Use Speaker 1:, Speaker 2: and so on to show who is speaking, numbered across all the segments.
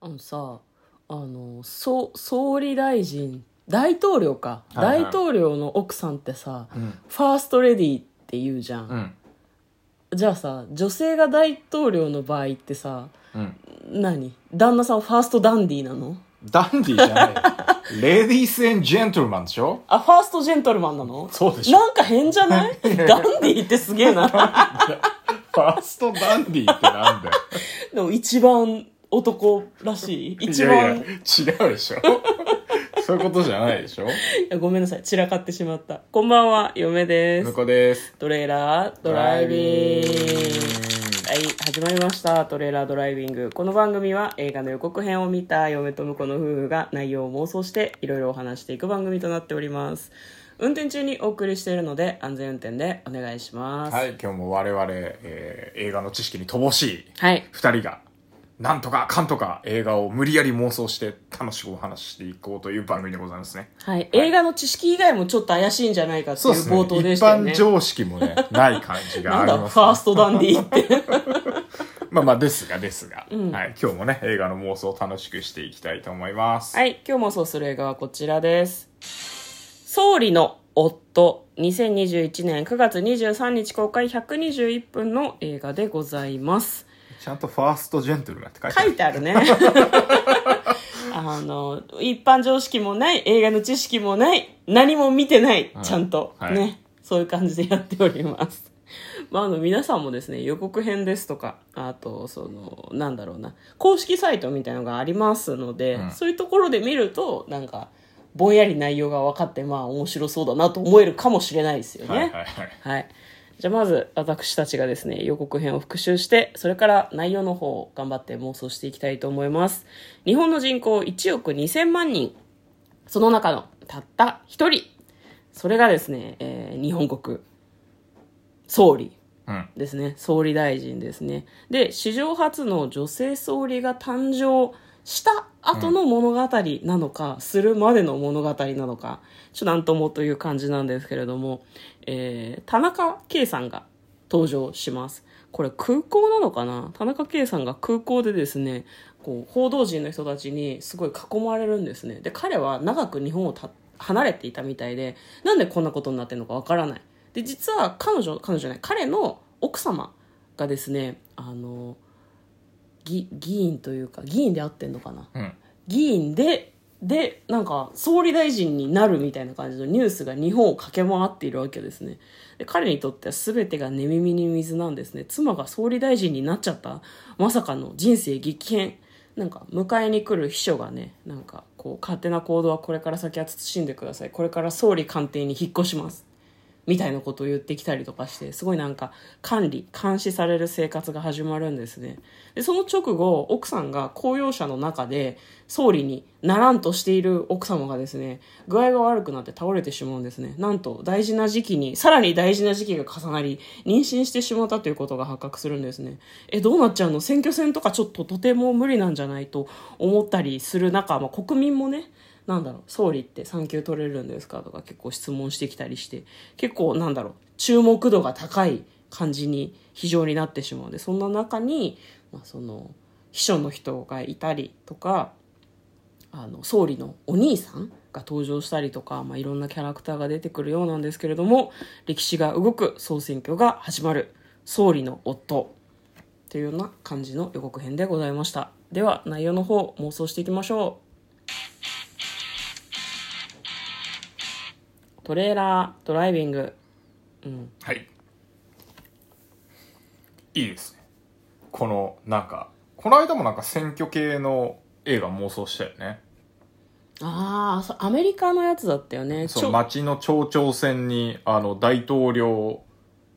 Speaker 1: あのさあの総総理大臣大統領か、
Speaker 2: はいはい
Speaker 1: 大統領の奥さんってさ、
Speaker 2: うん
Speaker 1: ファーストレディーって言うじゃん、
Speaker 2: うん
Speaker 1: じゃあさ女性が大統領の場合ってさ
Speaker 2: うん
Speaker 1: 何旦那さんファーストダンディーなの
Speaker 2: ダンディーじゃないよレディース・エン・ジェントルマンでしょ
Speaker 1: あファーストジェントルマンなの
Speaker 2: そうでしょ
Speaker 1: なんか変じゃない ダンディーってすげえな
Speaker 2: ファーストダンディーってなんだよ
Speaker 1: でも一番男らしい一
Speaker 2: いや
Speaker 1: 番
Speaker 2: いや違うでしょそういうことじゃないでしょ
Speaker 1: いやごめんなさい散らかってしまったこんばんは嫁です
Speaker 2: 向こうです
Speaker 1: トレーラードライビング
Speaker 2: ドライビング
Speaker 1: はい始まりましたトレーラードライビングこの番組は映画の予告編を見た嫁と婿の夫婦が内容を妄想していろいろお話していく番組となっております運転中にお送りしているので安全運転でお願いします
Speaker 2: はい今日も我々、えー映画の知識に乏しい
Speaker 1: はい、
Speaker 2: 二人がなんとかかんとか映画を無理やり妄想して楽しくお話ししていこうという番組でございますね
Speaker 1: はい映画の知識以外もちょっと怪しいんじゃないかっていう冒頭で
Speaker 2: 一
Speaker 1: したよ
Speaker 2: 般
Speaker 1: ね
Speaker 2: 常識もねない感じが
Speaker 1: な
Speaker 2: あ
Speaker 1: ん
Speaker 2: り
Speaker 1: だ
Speaker 2: ます
Speaker 1: ファーストダンディって
Speaker 2: まあまあですがですが、はい、今日もね映画の妄想を楽しくしていきたいと思います、
Speaker 1: はい、今日妄想する映画はこちらです。総理の夫、2021年9月23日公開121分の映画でございます。
Speaker 2: ちゃんとファーストジェントルマンって書いてあ
Speaker 1: 書
Speaker 2: る
Speaker 1: いてある ね。あの、一般常識もない、映画の知識もない、何も見てない、
Speaker 2: い
Speaker 1: ちゃんと、
Speaker 2: はい
Speaker 1: ね。そういう感じでやっております。 まあ、あの皆さんもですね予告編ですとかあとそのなんだろうな公式サイトみたいのがありますので、
Speaker 2: うん
Speaker 1: そういうところで見るとなんかぼんやり内容が分かってまあ面白そうだなと思えるかもしれないですよね。
Speaker 2: はいはいはい
Speaker 1: はい。じゃあまず私たちがですね、予告編を復習して、それから内容の方を頑張って妄想していきたいと思います。日本の人口1億2000万人。その中のたった一人。それがですね、えー日本国。総理
Speaker 2: うん
Speaker 1: ですね。総理大臣ですね。で、史上初の女性総理が誕生した後の物語なのか、するまでの物語なのか、ちょっとなんともという感じなんですけれども、えー、田中圭さんが登場します。これ空港なのかな田中圭さんが空港でですね、こう、報道陣の人たちにすごい囲まれるんですね。で、彼は長く日本をた離れていたみたいで、なんでこんなことになってるのかわからない。で、実は彼女、彼女じゃない、彼の奥様がですね、あの、議議員というか、議員であってんのかな
Speaker 2: うん
Speaker 1: 議員で、で、なんか、総理大臣になるみたいな感じのニュースが日本を駆け回っているわけですね。で彼にとっては全てが寝耳に水なんですね。妻が総理大臣になっちゃった。まさかの人生激変。なんか、迎えに来る秘書がね、なんか、こう、勝手な行動はこれから先は慎んでください。これから総理官邸に引っ越します。みたいなことを言ってきたりとかして、すごいなんか管理、監視される生活が始まるんですね。で、その直後、奥さんが公用車の中で総理にならんとしている奥様がですね、具合が悪くなって倒れてしまうんですね。なんと大事な時期に、さらに大事な時期が重なり、妊娠してしまったということが発覚するんですね。え、どうなっちゃうの選挙戦とかちょっととても無理なんじゃないと思ったりする中、まあ国民もね、なんだろう、総理って産休取れるんですかとか結構質問してきたりして、結構なんだろう、注目度が高い感じに非常になってしまうので、そんな中に、まあ、その、秘書の人がいたりとか、あの総理のお兄さんが登場したりとか、まあ、いろんなキャラクターが出てくるようなんですけれども歴史が動く総選挙が始まる総理の夫というような感じの予告編でございましたでは内容の方妄想していきましょうトレーラードライビング
Speaker 2: はい。いいですね。この、なんか、この間もなんか選挙系の映画妄想したよね。
Speaker 1: ああアメリカのやつだったよね
Speaker 2: そう、街の町長選に、あの、大統領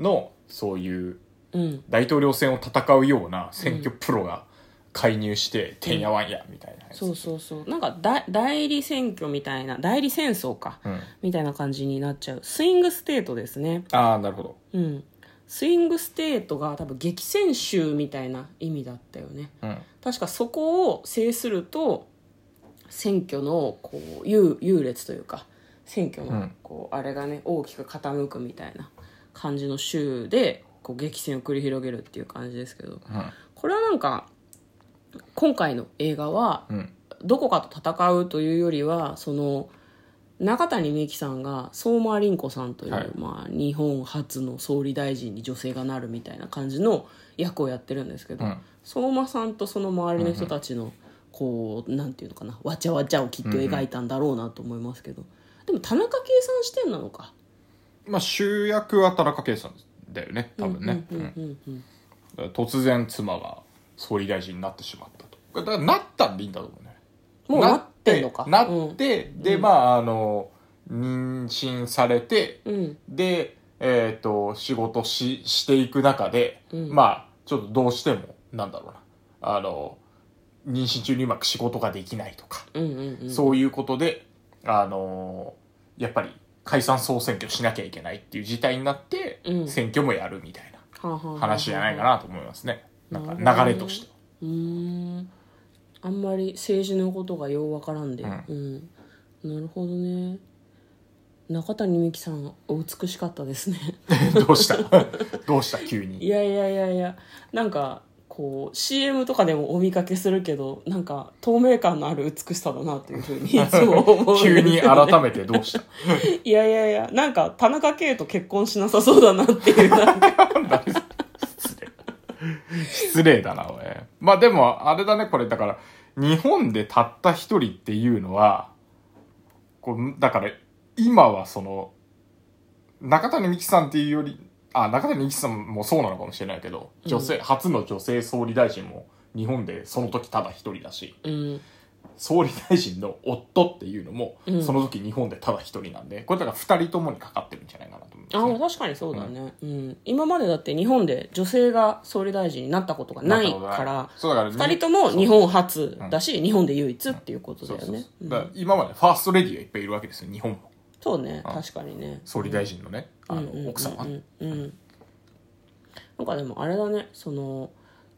Speaker 2: の、そういう、
Speaker 1: うん
Speaker 2: 大統領選を戦うような選挙プロが介入して、てんやわんや、みたいなやつ。
Speaker 1: そうそうそうなんかだ代理選挙みたいな代理戦争か、
Speaker 2: うん。
Speaker 1: みたいな感じになっちゃうスイングステートですね
Speaker 2: ああ、なるほど。
Speaker 1: うんスイングステートが多分激戦州みたいな意味だったよね
Speaker 2: うん。
Speaker 1: 確かそこを制すると選挙のこう優優劣というか選挙
Speaker 2: う
Speaker 1: の
Speaker 2: ん
Speaker 1: こうあれがね大きく傾くみたいな感じの州でこう激戦を繰り広げるっていう感じですけど
Speaker 2: うん。
Speaker 1: これはなんか今回の映画は
Speaker 2: うん
Speaker 1: どこかと戦うというよりはその中谷美紀さんが相馬凛子さんという、
Speaker 2: はい
Speaker 1: まあ、日本初の総理大臣に女性がなるみたいな感じの役をやってるんですけど、
Speaker 2: うん
Speaker 1: 相馬さんとその周りの人たちの、こうなんていうのかなわちゃわちゃをきっと描いたんだろうなと思いますけど、でも田中圭さん視点なのか
Speaker 2: まあ主役は田中圭さんだよね多分ね、
Speaker 1: うんう
Speaker 2: うん
Speaker 1: んうんうん
Speaker 2: だから突然妻が総理大臣になってしまったとだからなったんでいいんだと思うね
Speaker 1: もうなってんのか
Speaker 2: なっ
Speaker 1: うん
Speaker 2: て、でまああの妊娠されて、
Speaker 1: うん
Speaker 2: でえっ、と仕事ししていく中で、まあちょっとどうしてもなんだろうなあの妊娠中にうまく仕事ができないとか、
Speaker 1: うんうんうん
Speaker 2: そういうことであのやっぱり解散総選挙しなきゃいけないっていう事態になって、
Speaker 1: うん
Speaker 2: 選挙もやるみたい
Speaker 1: はあはあは
Speaker 2: な
Speaker 1: あ
Speaker 2: 話じゃないかなと思いますね、
Speaker 1: なる
Speaker 2: な
Speaker 1: ほ
Speaker 2: ん
Speaker 1: どね
Speaker 2: か流れとしては
Speaker 1: うーんあんまり政治のことがようわからんで、
Speaker 2: う
Speaker 1: うんなるほどね中谷美紀さんお美しかったです ね
Speaker 2: どうした どうした急に
Speaker 1: いやいやいやいやなんかこう CM とかでもお見かけするけどなんか透明感のある美しさだなというふうにいつも思う
Speaker 2: 急に改めてどうした
Speaker 1: いやいやいやなんか田中圭と結婚しなさそうだなっていう なんか
Speaker 2: 失礼だな、おい。まあでも、あれだね、これ、だから、日本でたった一人っていうのは、こう、だから、今はその、中谷美紀さんっていうより、あ、中谷美紀さんもそうなのかもしれないけど、女性、初の女性総理大臣も、日本でその時ただ一人だし、
Speaker 1: うん
Speaker 2: 総理大臣の夫っていうのも、
Speaker 1: うん
Speaker 2: その時日本でただ一人なんで、これだから二人ともにかかってるんじゃないかなと思うんですね、
Speaker 1: あ確かにそうだね、うん今までだって日本で女性が総理大臣になったことがないから
Speaker 2: そうだから
Speaker 1: 2人とも日本初だし、日本で唯一っていうことだ
Speaker 2: そう
Speaker 1: よ
Speaker 2: そう
Speaker 1: ね
Speaker 2: そううんだから今までファーストレディーがいっぱいいるわけですよ日本も
Speaker 1: そうね
Speaker 2: うん
Speaker 1: 確かにね
Speaker 2: 総理大臣のね、あ
Speaker 1: うんうんうんうん
Speaker 2: の奥様、
Speaker 1: うんうんなんかでもあれだねその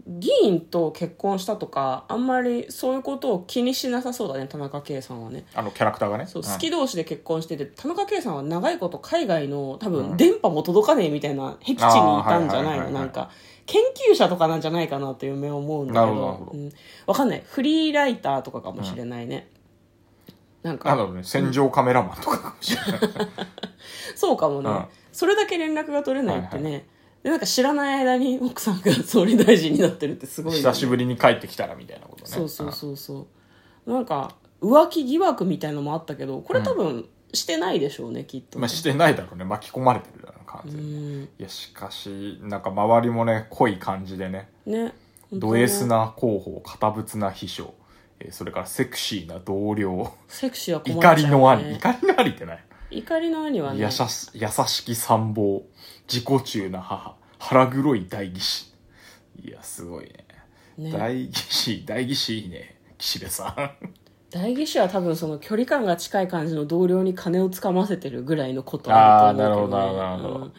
Speaker 1: 議員と結婚したとかあんまりそういうことを気にしなさそうだね田中圭さんはね
Speaker 2: あのキャラクターがね
Speaker 1: そう
Speaker 2: うん
Speaker 1: 好き同士で結婚してて、田中圭さんは長いこと海外の多分電波も届かねえみたいな僻地にいたんじゃない
Speaker 2: あーはいはいはいは
Speaker 1: の
Speaker 2: い
Speaker 1: なんか研究者とかなんじゃないかなという目を思うんだけど
Speaker 2: なるほどなるほど
Speaker 1: うん、わかんないフリーライターとかかもしれないね、なん
Speaker 2: な
Speaker 1: か
Speaker 2: んだろうね戦場カメラマンとかかもしれない
Speaker 1: そうかもね、
Speaker 2: うん
Speaker 1: それだけ連絡が取れないってね、でなんか知らない間に奥さんが総理大臣になってるってすごいよね、
Speaker 2: 久しぶりに帰ってきたらみたいなことね
Speaker 1: そうそうそうそうなんか浮気疑惑みたいのもあったけどこれ多分してないでしょうね、きっと
Speaker 2: うんまあ、してないだろうね巻き込まれてるだろうな完
Speaker 1: う
Speaker 2: 全に、い
Speaker 1: ん
Speaker 2: やしかしなんか周りもね濃い感じでね
Speaker 1: ね
Speaker 2: ド S な候補堅物な秘書えーそれからセクシーな同僚
Speaker 1: セクシーは困
Speaker 2: 怒
Speaker 1: っち
Speaker 2: り
Speaker 1: ゃう
Speaker 2: の
Speaker 1: よね、
Speaker 2: 兄怒りの兄ってない
Speaker 1: 怒りの兄はね
Speaker 2: やさし優しき参謀自己中な母腹黒い代議士いやすごいね
Speaker 1: ね
Speaker 2: 代議士代議士いいね岸辺さん
Speaker 1: 代議士は多分その距離感が近い感じの同僚に金をつかませてるぐらいのこと
Speaker 2: あー
Speaker 1: だと思うけ
Speaker 2: なるほどなるほ
Speaker 1: ど
Speaker 2: ど
Speaker 1: ね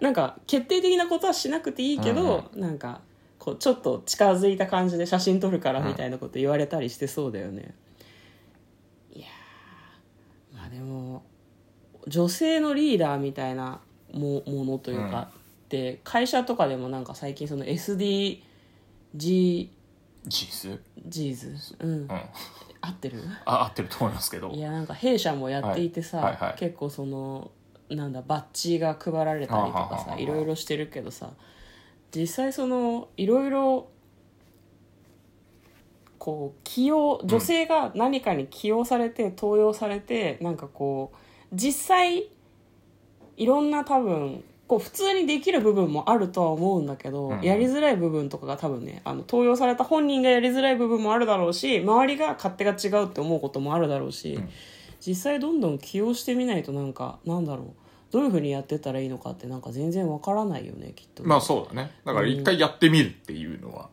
Speaker 1: うんなんか決定的なことはしなくていいけど、なんかこうちょっと近づいた感じで写真撮るからみたいなこと言われたりしてそうだよね、いやーまあでも女性のリーダーみたいなもものというか、で会社とかでもなんか最近その SDGs
Speaker 2: ジース
Speaker 1: うん
Speaker 2: うん
Speaker 1: 合ってる
Speaker 2: あ合ってると思いますけど
Speaker 1: いやなんか弊社もやっていてさ、
Speaker 2: はいはいはい
Speaker 1: 結構そのなんだバッジが配られたりと
Speaker 2: あは
Speaker 1: か
Speaker 2: は
Speaker 1: さ
Speaker 2: はい
Speaker 1: ろいろしてるけどさ実際そのいろいろこう起用女性が何かに起用されて登用されてなんかこう実際いろんな多分こう普通にできる部分もあるとは思うんだけど、
Speaker 2: うんうん
Speaker 1: やりづらい部分とかが多分ねあの登用された本人がやりづらい部分もあるだろうし周りが勝手が違うって思うこともあるだろうし、
Speaker 2: ん
Speaker 1: 実際どんどん起用してみないとなんかなんだろうどういうふうにやってったらいいのかってなんか全然わからないよねきっと、
Speaker 2: まあそうだねだから一回やってみるっていうのは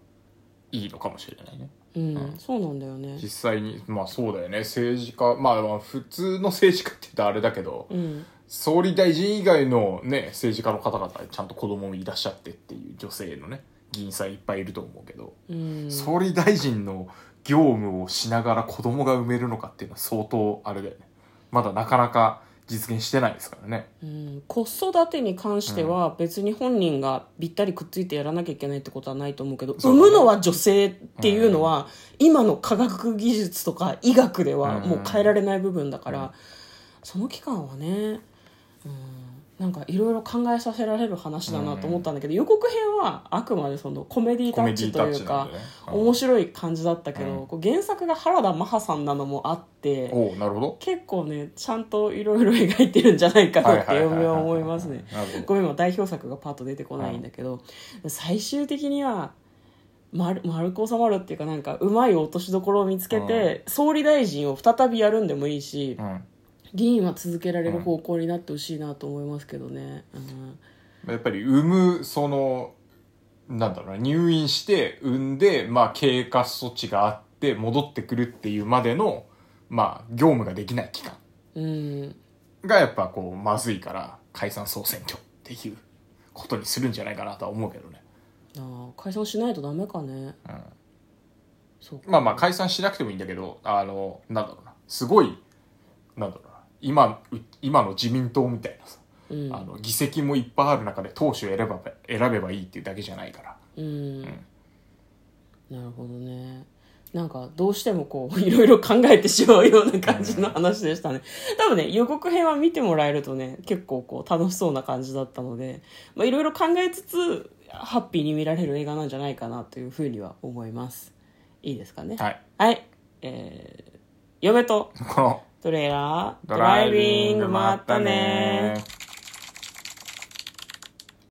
Speaker 2: いいのかもしれないね
Speaker 1: うん、そうなんだよね
Speaker 2: 実際にまあそうだよね政治家まあまあ普通の政治家って言ったらあれだけど、
Speaker 1: うん
Speaker 2: 総理大臣以外のね政治家の方々ちゃんと子供もいらっしゃってっていう女性のね議員さんいっぱいいると思うけど、
Speaker 1: うん
Speaker 2: 総理大臣の業務をしながら子供が産めるのかっていうのは相当あれだよねまだなかなか実現してないですからね。
Speaker 1: うん、子育てに関しては別に本人がぴったりくっついてやらなきゃいけないってことはないと思うけど、
Speaker 2: そう
Speaker 1: 産むのは女性っていうのは、今の科学技術とか医学ではもう変えられない部分だから、その期間はね、うん、なんかいろいろ考えさせられる話だなと思ったんだけど、予告編はあくまでそのコメディタ
Speaker 2: コメ
Speaker 1: ッ
Speaker 2: デ
Speaker 1: チ
Speaker 2: ィー
Speaker 1: と
Speaker 2: タッ
Speaker 1: い
Speaker 2: チ
Speaker 1: う
Speaker 2: なん
Speaker 1: か
Speaker 2: でね。
Speaker 1: 面白い感じだったけど、
Speaker 2: うん
Speaker 1: こう原作が原田マハさんなのもあって。
Speaker 2: おおなるほど。
Speaker 1: 結構ねちゃんといろいろ描いてるんじゃないかなって
Speaker 2: はいはいはいはい
Speaker 1: 嫁は思いますね
Speaker 2: なるほど
Speaker 1: ごめんもう代表作がパッと出てこないんだけど、最終的には丸丸く収まるっていうかなんかうまい落としどころを見つけて、総理大臣を再びやるんでもいいし、
Speaker 2: う
Speaker 1: 議員は続けられる方向になってほしいなと思いますけどね、うん
Speaker 2: ん。やっぱり産む、その、なんだろうな、入院して、産んで、まあ、経過措置があって、戻ってくるっていうまでの、まあ、業務ができない期間
Speaker 1: うん、
Speaker 2: が、やっぱこう、まずいから、解散総選挙っていうことにするんじゃないかなとは思うけどね。
Speaker 1: ああ解散しないとダメかね
Speaker 2: うん。
Speaker 1: そうか
Speaker 2: まあまあ解散しなくてもいいんだけど、あの、なんだろうな、すごい、なんだろうな、今、う今の自民党みたいなさ、
Speaker 1: うん
Speaker 2: あの、議席もいっぱいある中で党首を選べば、選べばいいっていうだけじゃないから。
Speaker 1: うん、なるほどねなんかどうしてもこう いろいろ考えてしまうような感じの話でしたね、多分ね予告編は見てもらえるとね結構こう楽しそうな感じだったのでまあいろいろ考えつつハッピーに見られる映画なんじゃないかなというふうには思いますいいですかね
Speaker 2: はい。
Speaker 1: はい、えー、嫁と
Speaker 2: この、
Speaker 1: トレーラード
Speaker 2: ド
Speaker 1: ラ
Speaker 2: ラ
Speaker 1: イ
Speaker 2: イ
Speaker 1: ビ
Speaker 2: ビ
Speaker 1: ン
Speaker 2: ン
Speaker 1: グ
Speaker 2: グ
Speaker 1: も
Speaker 2: も
Speaker 1: あ
Speaker 2: あ
Speaker 1: っ
Speaker 2: ったた
Speaker 1: ね
Speaker 2: ね